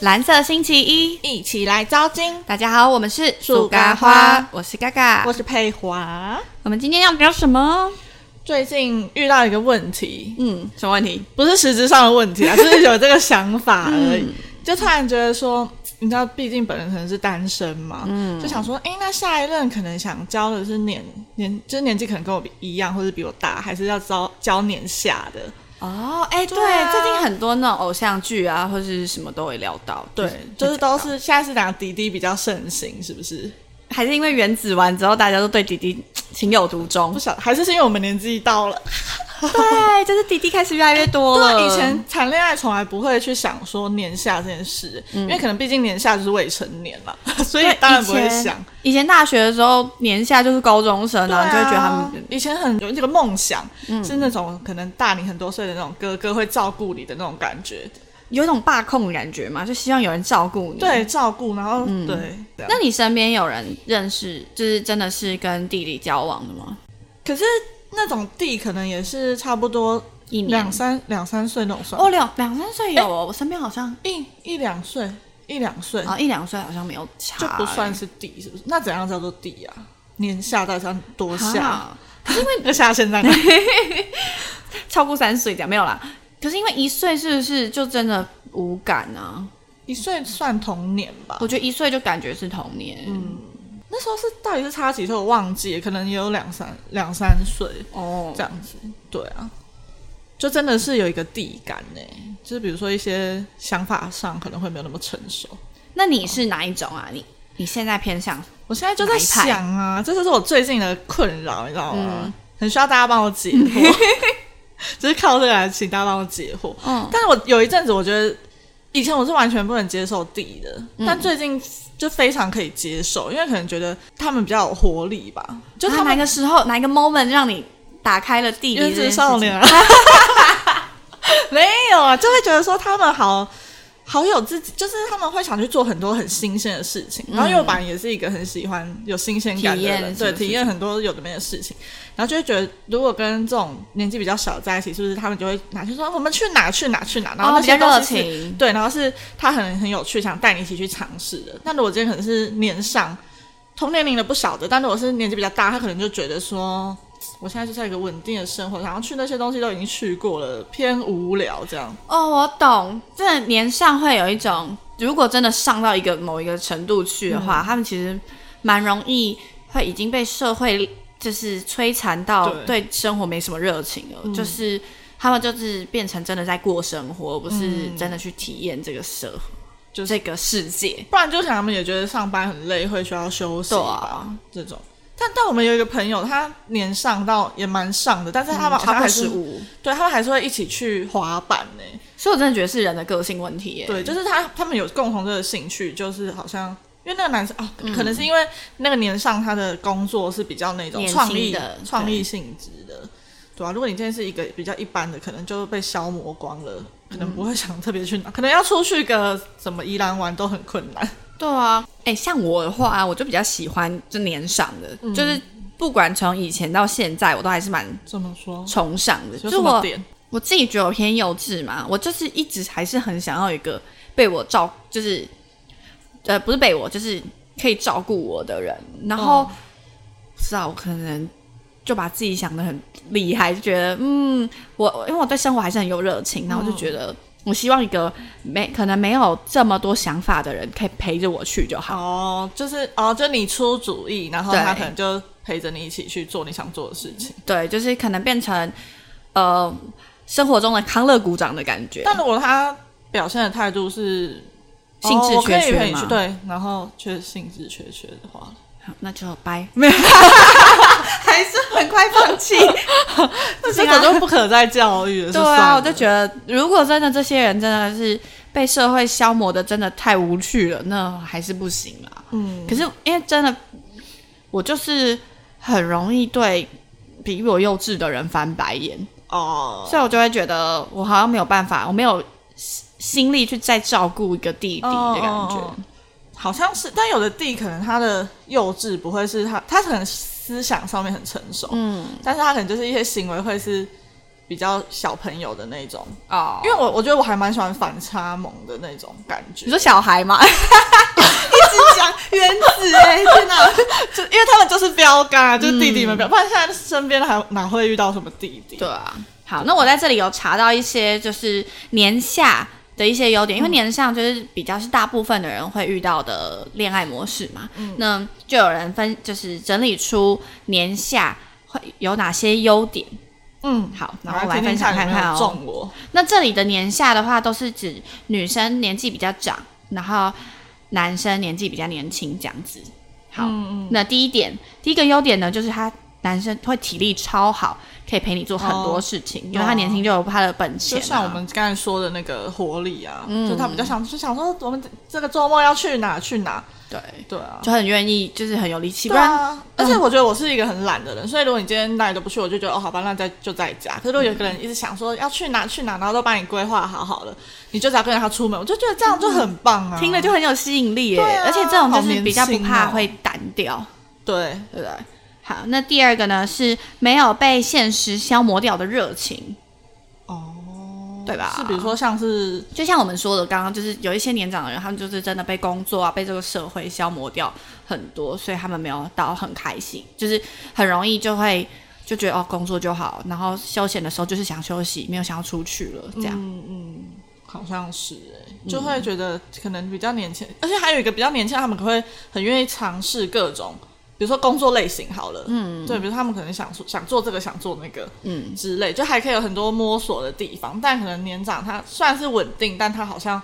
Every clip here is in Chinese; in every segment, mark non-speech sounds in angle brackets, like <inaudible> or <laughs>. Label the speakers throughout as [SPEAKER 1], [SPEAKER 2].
[SPEAKER 1] 蓝色星期一，
[SPEAKER 2] 一起来招金。
[SPEAKER 1] 大家好，我们是
[SPEAKER 2] 树咖花
[SPEAKER 1] 我是嘎嘎
[SPEAKER 2] 我。是佩华。
[SPEAKER 1] 我们今天要聊什么？
[SPEAKER 2] 最近遇到一个问题，
[SPEAKER 1] 嗯，什么问题？
[SPEAKER 2] 不是实质上的问题 <laughs> 啊，就是有这个想法而已。就突然觉得说，你知道，毕竟本人可能是单身嘛，就想说，哎、那下一任可能想交的是年年，就是年纪可能跟我比一样，或者比我大，还是要招交年下的。
[SPEAKER 1] 哦，哎、对，
[SPEAKER 2] 对啊
[SPEAKER 1] 最近很多那种偶像剧啊，或是什么都会聊到，
[SPEAKER 2] 对，就是都是现在是讲滴滴比较盛行，是不是？
[SPEAKER 1] 还是因为原子完之后，大家都对弟弟情有独
[SPEAKER 2] 不
[SPEAKER 1] 钟。
[SPEAKER 2] 晓还是是因为我们年纪到了。
[SPEAKER 1] <laughs> 对，就是弟弟开始越来越多
[SPEAKER 2] 对啊，
[SPEAKER 1] 了。
[SPEAKER 2] 以前谈恋爱从来不会去想说年下这件事，因为可能毕竟年下就是未成年嘛， <laughs> 所以
[SPEAKER 1] 嗯对
[SPEAKER 2] 当然不会想。。
[SPEAKER 1] 以前以前大学的时候，年下就是高中生
[SPEAKER 2] 对
[SPEAKER 1] 啊，嗯
[SPEAKER 2] 啊
[SPEAKER 1] 你就会觉得他们
[SPEAKER 2] 以前很有这个梦想，是那种可能大你很多岁的那种哥哥会照顾你的那种感觉，
[SPEAKER 1] 有一种霸控的感觉嘛，就希望有人照顾你。
[SPEAKER 2] 对，照顾，然后、对。啊这
[SPEAKER 1] 嗯
[SPEAKER 2] 样
[SPEAKER 1] 那你身边有人认识，就是真的是跟弟弟交往的吗？
[SPEAKER 2] 可是那种弟可能也是差不多
[SPEAKER 1] 一年
[SPEAKER 2] 两哎三两三岁那种算，
[SPEAKER 1] 哦，两两三岁有哦，我身边好像
[SPEAKER 2] 一一两岁一两岁、
[SPEAKER 1] 啊一两岁好像没有差，欸
[SPEAKER 2] 就不算是弟，是不是？那怎样叫做弟啊？年下到底算多
[SPEAKER 1] 欸
[SPEAKER 2] 下？
[SPEAKER 1] 啊
[SPEAKER 2] 要下现在
[SPEAKER 1] 超过三岁这样没有啦。可是因为一岁是不是就真的无感啊？
[SPEAKER 2] 一岁算童年吧
[SPEAKER 1] 我？觉得一岁就感觉是童年，
[SPEAKER 2] 嗯那时候是到底是差几岁我忘记了，可能也有两三两三岁
[SPEAKER 1] 哦
[SPEAKER 2] 这，样子。对啊，就真的是有一个地感呢、就是比如说一些想法上可能会没有那么成熟。
[SPEAKER 1] 那你是哪一种啊？你你现在偏向
[SPEAKER 2] 我现在就在想啊，这就是我最近的困扰，你知道吗？
[SPEAKER 1] 嗯
[SPEAKER 2] 很需要大家帮我
[SPEAKER 1] <laughs>
[SPEAKER 2] 解惑，就是靠这个来请大家帮我解惑。
[SPEAKER 1] 嗯
[SPEAKER 2] 但是我有一阵子，我觉得以前我是完全不能接受 D 的，
[SPEAKER 1] 嗯
[SPEAKER 2] 但最近就非常可以接受，因为可能觉得他们比较有活力吧，就
[SPEAKER 1] 啊
[SPEAKER 2] 他
[SPEAKER 1] 哪
[SPEAKER 2] 们
[SPEAKER 1] 个时候哪一个 moment 让你打开了弟弟
[SPEAKER 2] 原
[SPEAKER 1] 这件
[SPEAKER 2] 子
[SPEAKER 1] 事
[SPEAKER 2] 少
[SPEAKER 1] 情
[SPEAKER 2] 年啊， <laughs> 没有啊，就会觉得说他们好。好有自己，就是他们会想去做很多很新鲜的事情。然后，因为我本来也是一个很喜欢有新鲜感的
[SPEAKER 1] 嗯体验什
[SPEAKER 2] 人，
[SPEAKER 1] 么
[SPEAKER 2] 对，
[SPEAKER 1] 事情
[SPEAKER 2] 体验很多有的没的事情。然后就会觉得，如果跟这种年纪比较小在一起，是不是他们就会拿去说我们去哪去哪去哪？然后
[SPEAKER 1] 哦
[SPEAKER 2] 那
[SPEAKER 1] 比较
[SPEAKER 2] 些
[SPEAKER 1] 热
[SPEAKER 2] 东西是
[SPEAKER 1] 情，
[SPEAKER 2] 对，然后是他很很有趣，想带你一起去尝试的。那如果今天可能是年上同年龄的不小的，但如果是年纪比较大，他可能就觉得说，我现在就在一个稳定的生活，然后去那些东西都已经去过了，偏无聊这样。
[SPEAKER 1] 哦，我懂，这年上会有一种，如果真的上到一个某一个程度去的
[SPEAKER 2] 嗯
[SPEAKER 1] 话，他们其实蛮容易会已经被社会就是摧残到
[SPEAKER 2] 对嗯
[SPEAKER 1] 对生活没什么热情了，就是他们就是变成真的在过生活，不是
[SPEAKER 2] 嗯
[SPEAKER 1] 真的去体验这个社会，就这个世界。
[SPEAKER 2] 不然就想他们也觉得上班很累，会需要休息
[SPEAKER 1] 对
[SPEAKER 2] 吧、
[SPEAKER 1] 啊
[SPEAKER 2] 这种。但但我们有一个朋友，他年上到也蛮上的，但是他们好
[SPEAKER 1] 差嗯不
[SPEAKER 2] 像还
[SPEAKER 1] 多
[SPEAKER 2] 是、
[SPEAKER 1] 十五，
[SPEAKER 2] 对他们还是会一起去滑板呢、
[SPEAKER 1] 所以我真的觉得是人的个性问题耶。
[SPEAKER 2] 对，就是他他们有共同的兴趣，就是好像因为那个男生啊，可能是因为那个年上他的工作是比较那种
[SPEAKER 1] 年轻
[SPEAKER 2] 创意
[SPEAKER 1] 的
[SPEAKER 2] 创
[SPEAKER 1] 对
[SPEAKER 2] 意性质的，对啊，如果你今天是一个比较一般的，可能就被消磨光了，可能不会想特别去哪，可能要出去个什么宜兰玩都很困难。
[SPEAKER 1] 对啊，哎、像我的话、我就比较喜欢就年上的，
[SPEAKER 2] 嗯
[SPEAKER 1] 就是不管从以前到现在，我都还是蛮
[SPEAKER 2] 这么说，
[SPEAKER 1] 崇尚的，
[SPEAKER 2] 有
[SPEAKER 1] 就
[SPEAKER 2] 什
[SPEAKER 1] 是
[SPEAKER 2] 么
[SPEAKER 1] 我
[SPEAKER 2] 点？
[SPEAKER 1] 我自己觉得我偏幼稚嘛，我就是一直还是很想要有一个被我照，就是呃不是被我，就是可以照顾我的人。然后、
[SPEAKER 2] 嗯
[SPEAKER 1] 不知道我可能就把自己想的很厉害，就觉得嗯，我因为我对生活还是很有热情，然后我
[SPEAKER 2] 嗯
[SPEAKER 1] 就觉得。我希望一个没可能没有这么多想法的人，可以陪着我去就好。
[SPEAKER 2] 哦，就是哦，就你出主意，然后
[SPEAKER 1] 对
[SPEAKER 2] 他可能就陪着你一起去做你想做的事情。
[SPEAKER 1] 对，就是可能变成呃生活中的康乐鼓掌的感觉。
[SPEAKER 2] 但如果他表现的态度是
[SPEAKER 1] 兴致
[SPEAKER 2] 哦我可以
[SPEAKER 1] 缺缺
[SPEAKER 2] 陪你去
[SPEAKER 1] 吗
[SPEAKER 2] 对，然后却兴致缺缺的话，
[SPEAKER 1] 好，那就拜。 <laughs> 没有，还是很快放弃。
[SPEAKER 2] 那
[SPEAKER 1] 行
[SPEAKER 2] 这
[SPEAKER 1] 啊
[SPEAKER 2] 个就不可再教育了。
[SPEAKER 1] 对
[SPEAKER 2] 算
[SPEAKER 1] 啊，
[SPEAKER 2] 了
[SPEAKER 1] 我就觉得，如果真的这些人真的是被社会消磨的，真的太无趣了，那还是不行啦。
[SPEAKER 2] 嗯，
[SPEAKER 1] 可是因为真的，我就是很容易对比我幼稚的人翻白眼，
[SPEAKER 2] 哦，
[SPEAKER 1] 所以我就会觉得我好像没有办法，我没有心心力去再照顾一个弟弟的感觉。
[SPEAKER 2] 哦哦哦好像是，但有的弟可能他的幼稚不会是他，他可能思想上面很成熟，
[SPEAKER 1] 嗯，
[SPEAKER 2] 但是他可能就是一些行为会是比较小朋友的那种，
[SPEAKER 1] 哦
[SPEAKER 2] 因为我我觉得我还蛮喜欢反差萌的那种感觉。
[SPEAKER 1] 你说小孩嘛，
[SPEAKER 2] 是讲原子哎、天哪！ <laughs> 就因为他们就是标杆啊，就是弟弟们标，不然现在身边还哪会遇到什么弟弟？
[SPEAKER 1] 对啊。 <laughs> 好，那我在这里有查到一些就是年下的一些优点，因为年上就是比较是大部分的人会遇到的恋爱模式嘛。那就有人分就是整理出年下会有哪些优点。
[SPEAKER 2] 嗯，
[SPEAKER 1] 好，然
[SPEAKER 2] 然
[SPEAKER 1] 后
[SPEAKER 2] 后
[SPEAKER 1] 我来分享看看
[SPEAKER 2] 有没有
[SPEAKER 1] 哦。
[SPEAKER 2] 中我，
[SPEAKER 1] 那这里的年下的话，都是指女生年纪比较长，然后男生年纪比较年轻这样子。好，
[SPEAKER 2] 嗯
[SPEAKER 1] 那第一点，第一个优点呢，就是他男生会体力超好，可以陪你做很多事情，因为他年轻就有他的本钱、
[SPEAKER 2] 哦就
[SPEAKER 1] 啊。
[SPEAKER 2] 像我们刚才说的那个活力啊，就他比较想就想说我们这个周末要去哪去哪，
[SPEAKER 1] 对，
[SPEAKER 2] 对啊。
[SPEAKER 1] 就很愿意，就是很有力气。不
[SPEAKER 2] 对
[SPEAKER 1] 然，
[SPEAKER 2] 啊，而且我觉得我是一个很懒的人，所以如果你今天哪里都不去，我就觉得哦，好吧，那在就在家。可是如果有个人一直想说要去哪去哪，然后都帮你规划好好了，你就只要跟着他出门，我就觉得这样就很棒啊！
[SPEAKER 1] 听了就很有吸引力耶、
[SPEAKER 2] 对啊
[SPEAKER 1] 而且这种就是比较
[SPEAKER 2] 好
[SPEAKER 1] 不
[SPEAKER 2] 年轻哦
[SPEAKER 1] 怕会单调，
[SPEAKER 2] 对，
[SPEAKER 1] 对不对？好，那第二个呢是没有被现实消磨掉的热情，
[SPEAKER 2] 哦，
[SPEAKER 1] 对吧
[SPEAKER 2] 是比如说像是
[SPEAKER 1] 就像我们说的，刚刚就是有一些年长的人，他们就是真的被工作啊，被这个社会消磨掉很多，所以他们没有到很开心，就是很容易就会就觉得哦，工作就好，然后休闲的时候就是想休息，没有想要出去了，这样。
[SPEAKER 2] 嗯嗯，好像是哎、就会觉得可能比较年轻，而且还有一个比较年轻，他们可能会很愿意尝试各种，比如说工作类型好了，嗯，对，比如他们可能想说想做这个，想做那个，
[SPEAKER 1] 嗯，
[SPEAKER 2] 之类，就还可以有很多摸索的地方。但可能年长他虽然是稳定，但他好像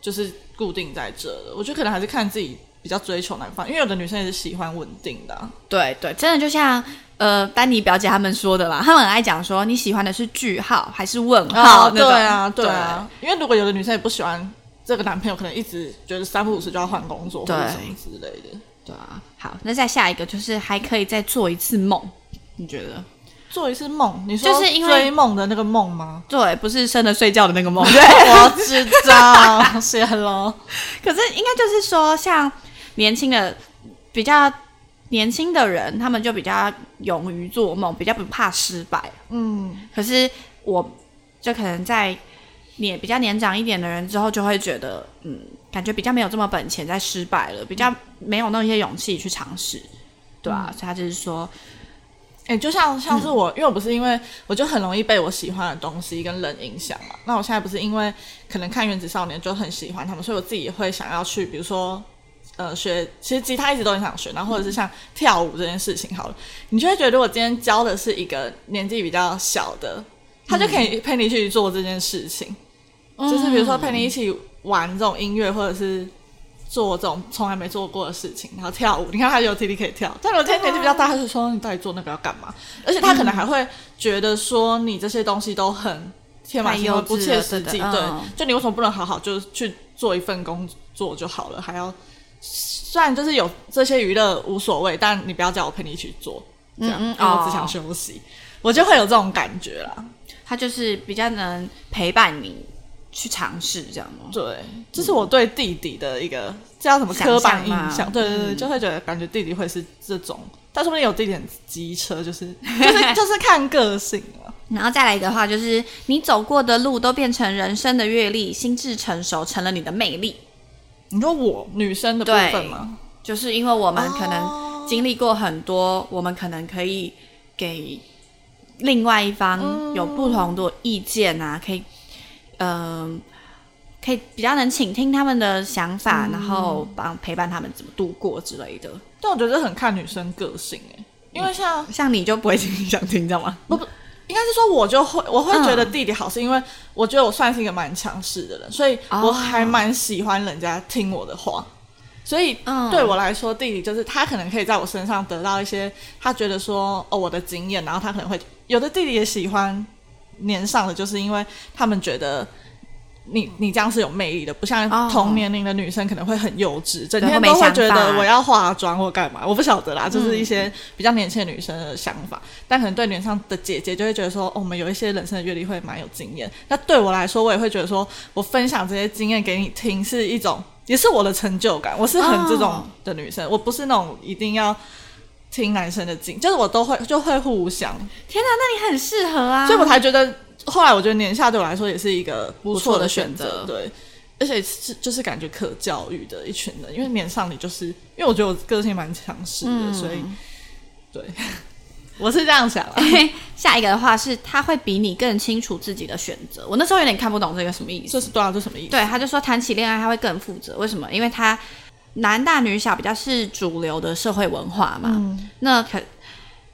[SPEAKER 2] 就是固定在这了。我觉得可能还是看自己比较追求哪一方，因为有的女生也是喜欢稳定的啊、
[SPEAKER 1] 对对，真的就像呃丹尼表姐他们说的啦，他们很爱讲说你喜欢的是句号还是问号、那
[SPEAKER 2] 对
[SPEAKER 1] 种
[SPEAKER 2] 啊，对啊，因为如果有的女生也不喜欢这个男朋友，可能一直觉得三不五时就要换工作或
[SPEAKER 1] 对
[SPEAKER 2] 者什么之类的。
[SPEAKER 1] 对啊。好，那再下一个就是还可以再做一次梦，你觉得？
[SPEAKER 2] 做一次梦，你说
[SPEAKER 1] 就是因为
[SPEAKER 2] 追梦的那个梦吗？
[SPEAKER 1] 对，不是生了睡觉的那个梦，
[SPEAKER 2] <laughs> 我知道，谢喽。
[SPEAKER 1] 可是应该就是说，像年轻的比较年轻的人，他们就比较勇于做梦，比较不怕失败。
[SPEAKER 2] 嗯，
[SPEAKER 1] 可是我就可能在年比较年长一点的人之后，就会觉得，嗯，感觉比较没有这么本钱在失败了，比较没有那些勇气去尝试。对
[SPEAKER 2] 嗯
[SPEAKER 1] 啊，所以他就是说，
[SPEAKER 2] 哎、就像像是我，因为我不是因为我就很容易被我喜欢的东西跟人影响嘛。那我现在不是因为可能看《原子少年》就很喜欢他们，所以我自己也会想要去，比如说呃学，其实吉他一直都很想学，然后或者是像跳舞这件事情好了，你就会觉得我今天教的是一个年纪比较小的，他就可以陪你去做这件事情，
[SPEAKER 1] 嗯
[SPEAKER 2] 就是比如
[SPEAKER 1] 哦
[SPEAKER 2] 说陪你一起玩这种音乐，或者是。做这种从来没做过的事情，然后跳舞，你看他有体力可以跳。但如果今天年纪比较大，他就说你到底做那个要干嘛？
[SPEAKER 1] 嗯
[SPEAKER 2] 而且他可能还会觉得说你这些东西都很天马行
[SPEAKER 1] 太幼
[SPEAKER 2] 空、
[SPEAKER 1] 稚
[SPEAKER 2] 不切
[SPEAKER 1] 了
[SPEAKER 2] 实际，
[SPEAKER 1] 对的
[SPEAKER 2] 对
[SPEAKER 1] 嗯，
[SPEAKER 2] 就你为什么不能好好就是去做一份工作就好了？还要虽然就是有这些娱乐无所谓，但你不要叫我陪你一起做，这样，
[SPEAKER 1] 嗯嗯
[SPEAKER 2] 因为我
[SPEAKER 1] 哦
[SPEAKER 2] 只想休息，我就会有这种感觉啦。
[SPEAKER 1] 他就是比较能陪伴你去尝试，这样吗？
[SPEAKER 2] 对，这是我对弟弟的一个这叫什么刻板印
[SPEAKER 1] 想象
[SPEAKER 2] 象
[SPEAKER 1] 吗，嗯
[SPEAKER 2] 对对对，就会觉得感觉弟弟会是这种，但说不定有弟弟很机车，就是
[SPEAKER 1] <laughs>
[SPEAKER 2] 就是就是看个性啊。
[SPEAKER 1] 然后再来的话，就是你走过的路都变成人生的阅历，心智成熟成了你的魅力。
[SPEAKER 2] 你说我女生的部
[SPEAKER 1] 对
[SPEAKER 2] 分吗？
[SPEAKER 1] 就是因为我们可
[SPEAKER 2] 哦
[SPEAKER 1] 能经历过很多，我们可能可以给另外一方有不同的意见啊，可以，嗯、可以比较能倾听他们的想法，然后帮陪伴他们怎么度过之类的。
[SPEAKER 2] 但我觉得这很看女生个性哎、因为像
[SPEAKER 1] 像你就不会听想听，知道吗？
[SPEAKER 2] 应该是说，我就会我会
[SPEAKER 1] 嗯
[SPEAKER 2] 觉得弟弟好，是因为我觉得我算是一个蛮强势的人，所以
[SPEAKER 1] 哦
[SPEAKER 2] 我还蛮喜欢人家听我的话。所以
[SPEAKER 1] 嗯
[SPEAKER 2] 对我来说，弟弟就是他可能可以在我身上得到一些他觉得说哦我的经验，然后他可能会有的弟弟也喜欢年上的，就是因为他们觉得。你你这样是有魅力的，不像
[SPEAKER 1] 哦
[SPEAKER 2] 同年龄的女生可能会很幼稚，整
[SPEAKER 1] 对
[SPEAKER 2] 天
[SPEAKER 1] 会没
[SPEAKER 2] 都会
[SPEAKER 1] 想
[SPEAKER 2] 觉
[SPEAKER 1] 法
[SPEAKER 2] 得我要化妆或干嘛，我不晓得啦，就是一些比较年轻的女生的想法。但可能对脸上的姐姐就会觉得说，哦我们有一些人生的阅历会蛮有经验。那对我来说，我也会觉得说我分享这些经验给你听是一种，也是我的成就感。我是很这种的女生，我不是那种一定要听男生的经，就是我都会就会互相，
[SPEAKER 1] 天哪，那你很适合啊！
[SPEAKER 2] 所以我才觉得后来我觉得年下对我来说也是一个不错的选择，
[SPEAKER 1] 不错的选择
[SPEAKER 2] 对，而且是就是感觉可教育的一群人，因为年上你就是因为我觉得我个性蛮强势的，所以
[SPEAKER 1] 嗯
[SPEAKER 2] 对， <laughs> 我是这样想
[SPEAKER 1] <laughs>
[SPEAKER 2] 啊，
[SPEAKER 1] 下一个的话是，他会比你更清楚自己的选择。我那时候有点看不懂这个什么意思。
[SPEAKER 2] 这是对啊，这什么意思？
[SPEAKER 1] 对，他就说谈起恋爱他会更负责，为什么？因为他男大女小比较是主流的社会文化嘛。
[SPEAKER 2] 嗯
[SPEAKER 1] 那可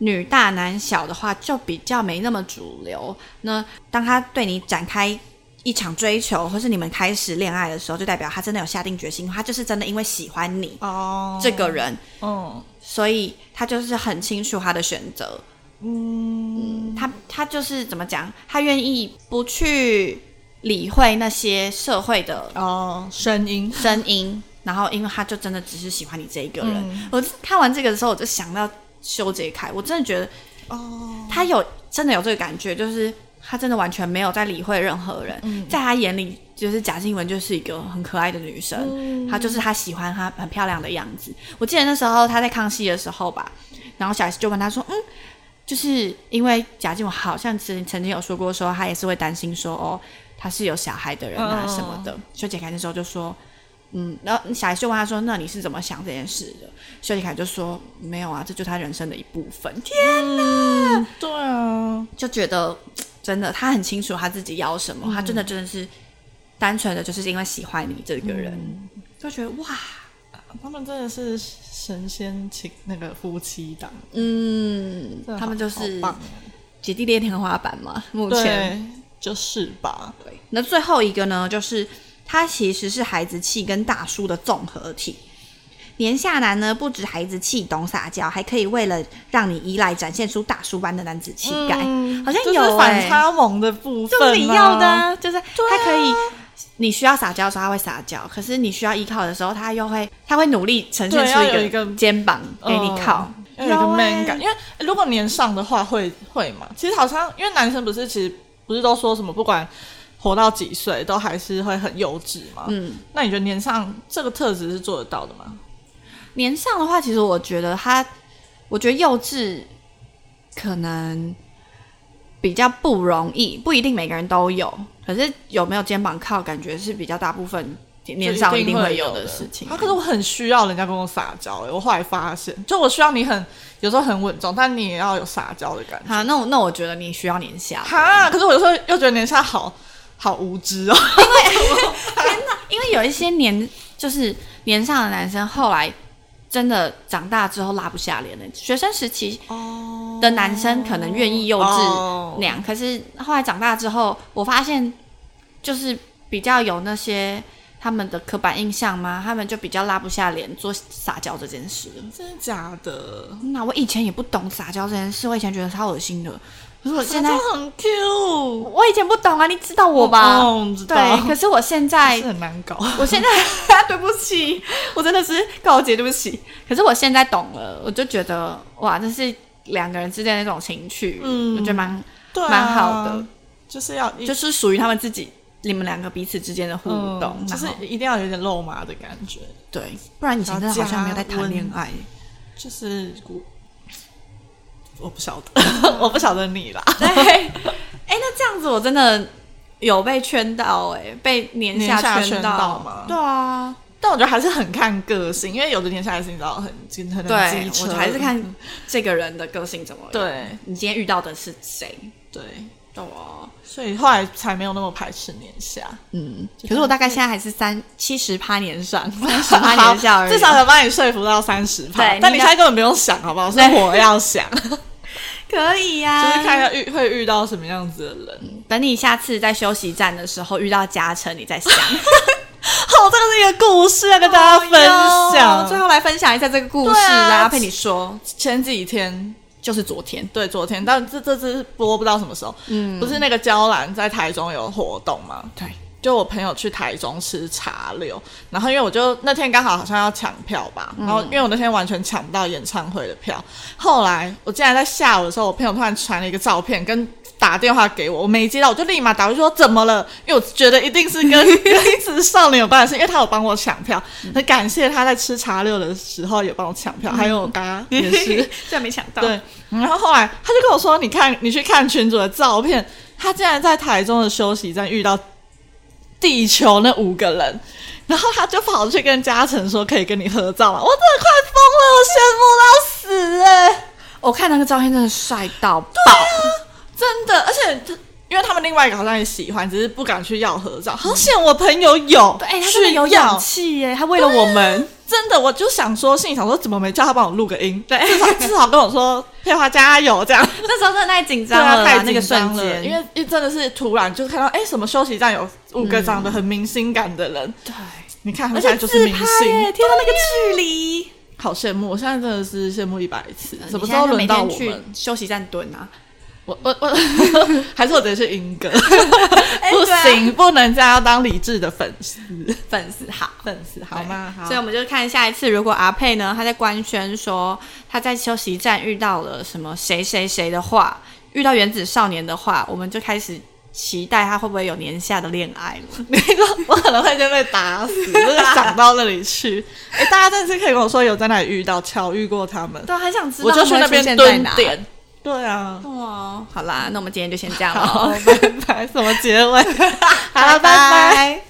[SPEAKER 1] 女大男小的话，就比较没那么主流。那当他对你展开一场追求，或是你们开始恋爱的时候，就代表他真的有下定决心，他就是真的因为喜欢你
[SPEAKER 2] 哦，
[SPEAKER 1] 这个人，
[SPEAKER 2] 嗯
[SPEAKER 1] 所以他就是很清楚他的选择。
[SPEAKER 2] 嗯，
[SPEAKER 1] 他他就是怎么讲，他愿意不去理会那些社会的
[SPEAKER 2] 哦，声音，
[SPEAKER 1] 声音，然后因为他就真的只是喜欢你这一个人。
[SPEAKER 2] 嗯
[SPEAKER 1] 我看完这个的时候，我就想到修杰楷，我真的觉得
[SPEAKER 2] 哦，
[SPEAKER 1] 他有真的有这个感觉，就是他真的完全没有在理会任何人，
[SPEAKER 2] 嗯
[SPEAKER 1] 在他眼里就是贾静雯就是一个很可爱的女生，
[SPEAKER 2] 嗯
[SPEAKER 1] 她就是她喜欢她很漂亮的样子。我记得那时候她在康熙的时候吧，然后小 S 就问她说，嗯。就是因为贾静雯好像曾曾经有说过说她也是会担心说哦，她是有小孩的人啊
[SPEAKER 2] 嗯
[SPEAKER 1] 什么的。修杰楷那时候就说，嗯，然后小 S 就问他说，那你是怎么想这件事的？修杰楷就说没有啊，这就是他人生的一部分。天
[SPEAKER 2] 对啊，
[SPEAKER 1] 就觉得嘖真的他很清楚他自己要什
[SPEAKER 2] 嗯
[SPEAKER 1] 么，他真的真的是单纯的就是因为喜欢你这个人，
[SPEAKER 2] 嗯
[SPEAKER 1] 就觉得哇，
[SPEAKER 2] 他们真的是神仙情那个夫妻档，
[SPEAKER 1] 嗯
[SPEAKER 2] 真，的
[SPEAKER 1] 他们
[SPEAKER 2] 好
[SPEAKER 1] 就
[SPEAKER 2] 好
[SPEAKER 1] 是
[SPEAKER 2] 棒
[SPEAKER 1] 姐弟恋天花板嘛，目前
[SPEAKER 2] 对，就是吧，
[SPEAKER 1] 对。那最后一个呢，就是他其实是孩子气跟大叔的综合体。年下男呢，不止孩子气、懂撒娇，还可以为了让你依赖，展现出大叔般的男子气概。
[SPEAKER 2] 嗯
[SPEAKER 1] 好像
[SPEAKER 2] 就是
[SPEAKER 1] 有欸
[SPEAKER 2] 反差萌的部分、
[SPEAKER 1] 就
[SPEAKER 2] 啊，
[SPEAKER 1] 是你要的啊，就是他可以，你需要撒娇的时候他会撒娇，可是你需要依靠的时候他又会，他会努力呈现
[SPEAKER 2] 对
[SPEAKER 1] 出
[SPEAKER 2] 要有
[SPEAKER 1] 一
[SPEAKER 2] 一
[SPEAKER 1] 个
[SPEAKER 2] 个
[SPEAKER 1] 肩膀给你靠，
[SPEAKER 2] 要有一个
[SPEAKER 1] 有欸
[SPEAKER 2] man 感，因为如果年上的话会会嘛，其实好像因为男生不是其实不是都说什么不管活到几岁都还是会很幼稚嘛，
[SPEAKER 1] 嗯，
[SPEAKER 2] 那你觉得年上这个特质是做得到的吗？
[SPEAKER 1] 年上的话，其实我觉得他，我觉得幼稚可能比较不容易，不一定每个人都有，可是有没有肩膀靠，感觉是比较大部分年上
[SPEAKER 2] 就一
[SPEAKER 1] 定
[SPEAKER 2] 定
[SPEAKER 1] 会
[SPEAKER 2] 有
[SPEAKER 1] 的事
[SPEAKER 2] <laughs>
[SPEAKER 1] 情
[SPEAKER 2] 啊，。可是我很需要人家跟我撒娇、欸，我后来发现，就我需要你很有时候很稳重，但你也要有撒娇的感觉。
[SPEAKER 1] 好，那我那我觉得你需要年下，
[SPEAKER 2] 哈，可是我有时候又觉得年下好好无知哦。
[SPEAKER 1] 因为有一些年就是年上的男生，后来真的长大之后拉不下脸了。学生时期
[SPEAKER 2] 哦
[SPEAKER 1] 的男生可能愿意幼稚
[SPEAKER 2] 哦
[SPEAKER 1] 那样，可是后来长大之后，我发现就是比较有那些他们的刻板印象嘛，他们就比较拉不下脸做撒娇这件事。
[SPEAKER 2] 真的假的？
[SPEAKER 1] 那我以前也不懂撒娇这件事，我以前觉得超恶心的，可是我现在
[SPEAKER 2] 撒娇很 Q，
[SPEAKER 1] 我以前不懂啊，你知道我吧？
[SPEAKER 2] 哦，我知道
[SPEAKER 1] 对，可是我现在
[SPEAKER 2] 是很难搞。
[SPEAKER 1] 我现在 <laughs> 对不起，我真的是告诫，对不起。可是我现在懂了，我就觉得哇，这是两个人之间的那种情趣，
[SPEAKER 2] 嗯
[SPEAKER 1] 我觉得蛮
[SPEAKER 2] 对、啊，
[SPEAKER 1] 蛮好的，
[SPEAKER 2] 就是要一
[SPEAKER 1] 就是属于他们自己，你们两个彼此之间的互动，
[SPEAKER 2] 嗯，就
[SPEAKER 1] 然
[SPEAKER 2] 是
[SPEAKER 1] 后
[SPEAKER 2] 一定要有点肉麻的感觉，
[SPEAKER 1] 对，不然以前真的好像没有在谈恋爱。
[SPEAKER 2] 就是我我不晓得， <laughs> 我不晓得你啦。
[SPEAKER 1] 对， <laughs> 哎、那这样子我真的有被圈到、哎，被年
[SPEAKER 2] 年下
[SPEAKER 1] 圈
[SPEAKER 2] 圈到吗
[SPEAKER 1] 对啊，
[SPEAKER 2] 但我觉得还是很看个性，因为有的年下还是你知道很很很
[SPEAKER 1] 对
[SPEAKER 2] 机，车
[SPEAKER 1] 我还是看这个人的个性怎么样。，
[SPEAKER 2] 对
[SPEAKER 1] 嗯你今天遇到的是谁？
[SPEAKER 2] 对，
[SPEAKER 1] 对啊。
[SPEAKER 2] 所以后来才没有那么排斥年下，
[SPEAKER 1] 嗯，可是我大概现在还是三七十趴年上，三十趴年下而已。
[SPEAKER 2] 至少能把你说服到三十趴
[SPEAKER 1] 对。
[SPEAKER 2] 但
[SPEAKER 1] 你
[SPEAKER 2] 你
[SPEAKER 1] 要
[SPEAKER 2] 现在根本不用想，好不好？是
[SPEAKER 1] 对
[SPEAKER 2] 我要想，就是
[SPEAKER 1] 可以啊呀、
[SPEAKER 2] 看一下遇会遇到什么样子的人。
[SPEAKER 1] 等你下次在休息站的时候遇到嘉诚，你再 <laughs> 想
[SPEAKER 2] 好，这个是一个故事要跟大家分
[SPEAKER 1] 哎呦最
[SPEAKER 2] 享。
[SPEAKER 1] 后来分享一下这个故事
[SPEAKER 2] 对啊
[SPEAKER 1] 大家陪你说，
[SPEAKER 2] 前几天，
[SPEAKER 1] 就是昨天，
[SPEAKER 2] 对，昨天，但这这次播不知道什么时候。
[SPEAKER 1] 嗯
[SPEAKER 2] 不是那个娇兰在台中有活动吗？
[SPEAKER 1] 对，
[SPEAKER 2] 就我朋友去台中吃茶柳，然后因为我就那天刚好好像要抢票吧，然后因为我那天完全抢不到演唱会的票，后来我竟然在下午的时候，我朋友突然传了一个照片，跟打电话给我，我没接到，我就立马打回去说怎么了？因为我觉得一定是跟跟子少年有关系，因为他有帮我抢票，很感谢他在吃茶六的时候有帮我抢票，还有他也
[SPEAKER 1] <laughs>
[SPEAKER 2] 是。 <laughs>
[SPEAKER 1] 这没想到，
[SPEAKER 2] 对，然后后来他就跟我说：“你看，你去看群主的照片，他竟然在台中的休息站遇到地球那五个人，然后他就跑去跟嘉诚说可以跟你合照嘛。”我真的快疯了，我羡慕到死哎、
[SPEAKER 1] 我看那个照片真的帅到爆，
[SPEAKER 2] 真的，而且他因为他们另外一个好像也喜欢，只是不敢去要合照。好险我朋友有，
[SPEAKER 1] 嗯哎、他真的
[SPEAKER 2] 去
[SPEAKER 1] 有
[SPEAKER 2] 要啊
[SPEAKER 1] 勇，气耶，他为了我们，
[SPEAKER 2] 真的，我就想说，心里想说怎么没叫他帮我录个音，对，至少至少跟我说 <laughs> 佩华加油这样。
[SPEAKER 1] 啊那时候真的太紧
[SPEAKER 2] 对
[SPEAKER 1] 张
[SPEAKER 2] 啊，
[SPEAKER 1] 了啦，
[SPEAKER 2] 太
[SPEAKER 1] 那
[SPEAKER 2] 紧
[SPEAKER 1] 个
[SPEAKER 2] 张
[SPEAKER 1] 瞬
[SPEAKER 2] 了，
[SPEAKER 1] 间，
[SPEAKER 2] 因为因为真的是突然就看到，哎、什么休息站有五个长得很明星感的人，
[SPEAKER 1] 对，
[SPEAKER 2] 你看
[SPEAKER 1] 嗯而
[SPEAKER 2] 他们现
[SPEAKER 1] 且
[SPEAKER 2] 在就是
[SPEAKER 1] 自
[SPEAKER 2] 明
[SPEAKER 1] 拍
[SPEAKER 2] 星
[SPEAKER 1] 耶，，天啊
[SPEAKER 2] 啊
[SPEAKER 1] 到那个距离，
[SPEAKER 2] <laughs> 好羡慕！我现在真的是羡慕一百次，什
[SPEAKER 1] 啊呃你
[SPEAKER 2] 么时
[SPEAKER 1] 现在
[SPEAKER 2] 候
[SPEAKER 1] 就
[SPEAKER 2] 轮
[SPEAKER 1] 每
[SPEAKER 2] 到
[SPEAKER 1] 天
[SPEAKER 2] 我
[SPEAKER 1] 去
[SPEAKER 2] 们？
[SPEAKER 1] 休息站蹲啊？
[SPEAKER 2] 我我我， <laughs> 还是我得去英哥， <laughs> 不
[SPEAKER 1] 对啊
[SPEAKER 2] 行，不能这样，要当理智的粉丝，
[SPEAKER 1] 粉丝好。
[SPEAKER 2] 粉丝好吗？好
[SPEAKER 1] 所以我们就看下一次，如果阿佩呢，他在官宣说他在休息站遇到了什么谁谁谁的话，遇到原子少年的话，我们就开始期待他会不会有年下的恋爱了。
[SPEAKER 2] <laughs> 你说我可能会先被打死，就是想到那里去。哎、大家真的是可以跟我说有在哪里遇到、巧遇过他们，
[SPEAKER 1] 对啊，很想知道
[SPEAKER 2] 我就去
[SPEAKER 1] 啊他们
[SPEAKER 2] 那
[SPEAKER 1] 会
[SPEAKER 2] 边
[SPEAKER 1] 出现在 <laughs>
[SPEAKER 2] 蹲
[SPEAKER 1] 哪。
[SPEAKER 2] 点。 <laughs> 对啊，
[SPEAKER 1] 哦，好啦，那我们今天就先这样 <laughs>
[SPEAKER 2] 好
[SPEAKER 1] 了，，
[SPEAKER 2] 拜拜，什么结尾？好了，拜
[SPEAKER 1] 拜
[SPEAKER 2] 拜。
[SPEAKER 1] 拜